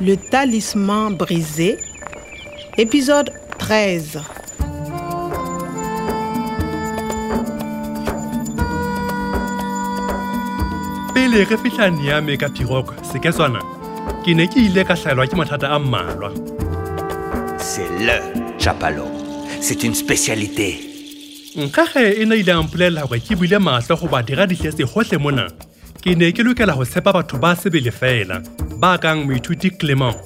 Le talisman brisé, épisode 13. pele re fihlane ya me ka phiroko seketswana ke ne ke ile ka hlaelwa ke mathata a mmalwa C'est LE chapalot. C'est une spécialité. nkgage e ne ile a mpolelela gore ke buile mahlo goba dira ditletse gotlhe mona ke ne ke lokela go tshepa batho ba sebele fela ba kang moithuti clement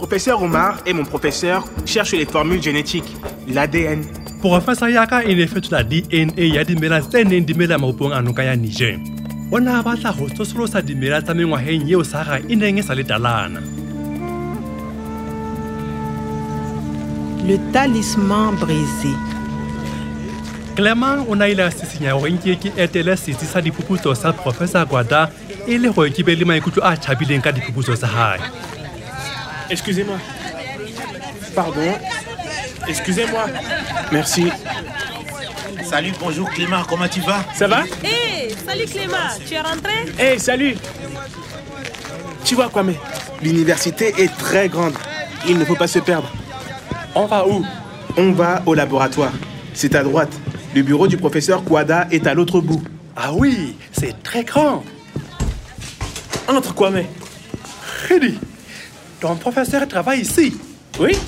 Professeur Omar et mon professeur cherchent les formules génétiques, l'ADN. porofesa yaka e ne e fetola dna ya dimela tse neng dimela maopong a noka ya niger o ne a batla go tsosolosa dimela tsa mengwageng yeo saga e neng e sa le talana Le talisman brisé. Clement o na ile a sisinya gore nke ke etele setsi sa diphuputso sa Professor Gwada e le gore ke be le maikutlo a tšhabileng ka diphuputso tsa gae. Excusez-moi. Pardon. Excusez-moi. Merci. Salut, bonjour Clément, comment tu vas Ça va Hé, salut Clément, tu es rentré Hey, salut Tu vois, Kwame, l'université est très grande. Il ne faut pas se perdre. On va où On va au laboratoire. C'est à droite. Le bureau du professeur Kwada est à l'autre bout. Ah oui, c'est très grand. Entre, Kwame. Hedi, ton professeur travaille ici. Oui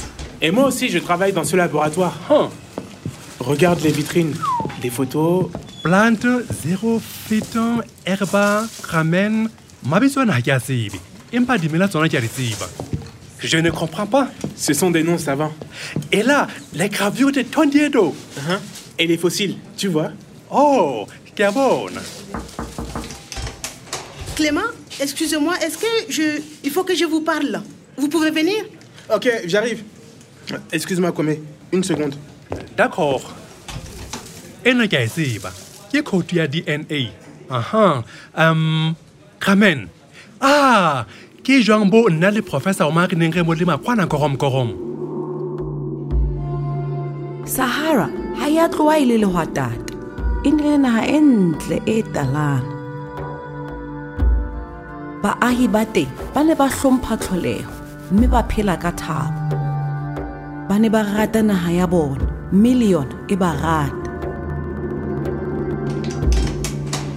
Et moi aussi, je travaille dans ce laboratoire. Hein. Regarde les vitrines. Des photos. Plante, zero, fiton, herba, ramen, mabitso ana ga ke a tsebe. Empa dimela tsona ke a di tseba. Je ne comprends pas. Ce sont des noms savants. Et là, les gravures de Tondiedo. Hein Et les fossiles, tu vois Oh, ke a bona. Clément, excusez-moi, est-ce que je... Il faut que je vous parle. Vous pouvez venir Ok, j'arrive. Excuse-moi, Kwame. Une seconde. D'accord. Ena ke a e tseba. Ke khoutu ya DNA. Aha. Um, Carmen. Ah, ke jwang bo nna le Professor Omar re neng re mo lema kwana korom korom. sahara ha ya tloha e le lehwatata e ne le naha e ntle e talang baahi ba teng ba ne ba hlompha tlholeho mme ba phela ka thabo ba ne ba rata naha ya bona mme le yona e ba rata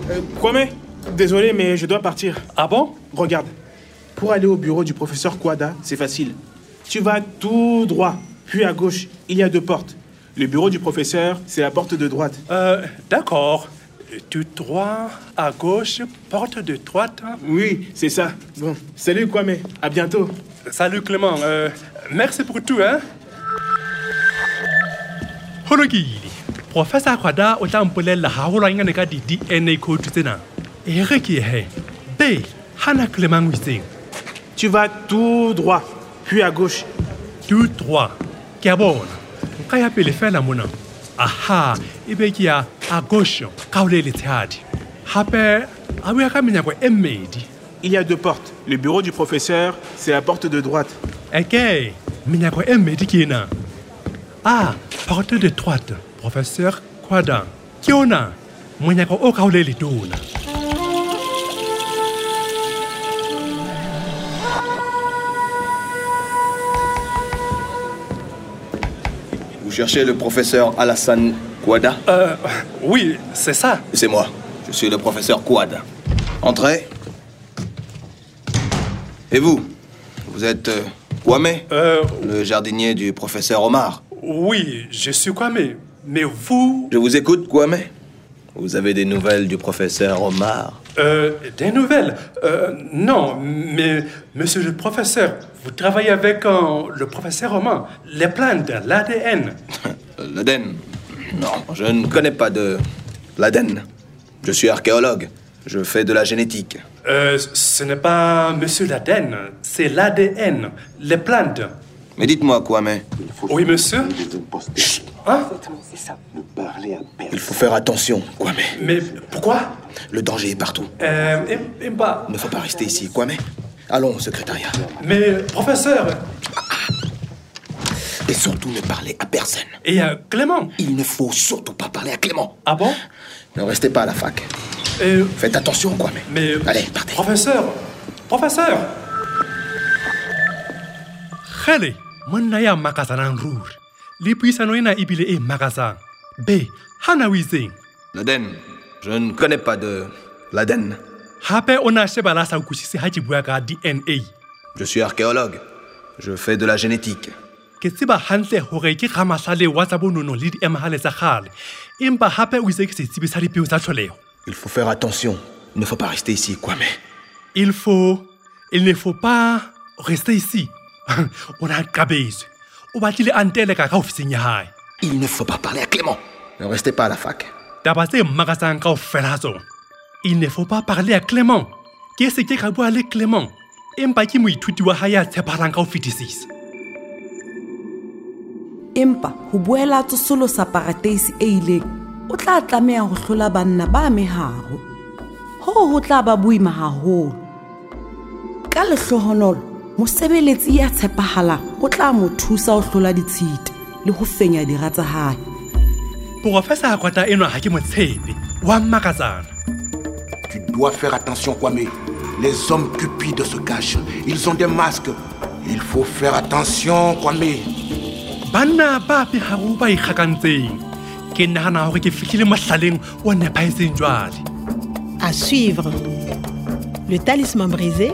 Euh, Kwame, désolé, mais je dois partir. Ah bon? Regarde. Pour aller au bureau du professeur Kwada, c'est facile. Tu vas tout droit, puis à gauche, il y a deux portes. Le bureau du professeur, c'est la porte de droite. Euh, d'accord. Du droit à gauche, porte de droite. Oui, c'est ça. Bon, salut Kwame, à bientôt. Salut Clément. Euh, merci pour tout, hein? Ho lokile. Professor Kwada o tla mpolelela haholwanyane ka di-DNA code tsena. E re ke he. Be, hana Clément o itseng. Tu vas tout droit, puis à gauche. Du droit. Ke a bona. Nka ya pele fela mona. Aha, ebe ke ya a gauche ka ho le letshehadi. Hape, a boya ka menyako e mmedi. Il y a deux portes. Le bureau du professeur, c'est la porte de droite. Ok, menyako e mmedi ke ena. Ah, porte de droite, professeur Kwada. Ke ona, monyako o ka ho le letona. Vous cherchez le professeur Alassane Kouada Euh, oui, c'est ça. C'est moi. Je suis le professeur Kouada. Entrez. Et vous Vous êtes euh, Kwame Euh, Le jardinier du professeur Omar. oui, je suis Kwame. Mais vous, Je vous écoute, Kwame. Vous avez des nouvelles du professeur Omar euh, des nouvelles Euh, Non, mais monsieur le professeur, vous travaillez avec euh, le professeur Romain, les plantes, l'ADN. Euh, L'Aden Non, je ne connais pas de l'Aden. Je suis archéologue. Je fais de la génétique. Euh, ce n'est pas monsieur l'ADN, c'est l'ADN, les plantes. Mais dites-moi, Kwame, Oui, monsieur Hein il faut faire attention, Kwame. Mais pourquoi Le danger est partout. euh, et- et bah, Il ne faut pas rester ici, Kwame. Allons au secrétariat. Mais professeur, Et surtout ne parlez à personne. et euh, Clément Il ne faut surtout pas parler à Clément. Ah bon Ne restez pas à la fac. Euh, Faites attention, quoi, mais. Mais... Allez, partez. Professeur Professeur kgale monna ya mmakatsanang ruri le puisano ena ebile e mmakatsang be hana o itseng L'Aden. Je ne connais pas de l'Aden. gape o ne a sheba le a sa utlwisise ga ke bua ka dna Je suis archéologue. Je fais de la génétique. ke tseba hantle gore ke kgamatlhale wa tsa bonono le diemagale tsa kgale empa gape o itse ke setsebi sa dipeo tsa tlholego Il faut faire attention. Il ne faut pas rester ici, Kwame. il faut il ne faut pas rester ici o ne a qabetswe o batlile a nteleka ka ofising ya gae Il ne faut pas parler à Clément. Ne restez pas à la fac. taba tse mmakatsang ka ofela ga tsona il ne faut pas parler à clément ke se ke ka bua le clément empa ke moithuti wa gae a tshepalang ka ho fetisisa empa ho boela tsosolosa parateisi e ileng o tla tlameha ho hlola banna ba meharo hoo ho tla ba boima haholo ka lehlohonolo mosebeletsi ya tshepahalang o tla mo thusa ho hlola ditshita le ho fenya dira tsa hae porofesa a kwata enwa ga ke mo tshepe wa mmakatsana Tu dois faire attention, Kwame. Les hommes cupides se cachent. Ils ont des masques. Il faut faire attention, Kwame. banna ba megago ba ikgakantseng ke nagana gore ke fitlhile motlhaleng o nepaetseng jwale À suivre. Le Talisman brisé,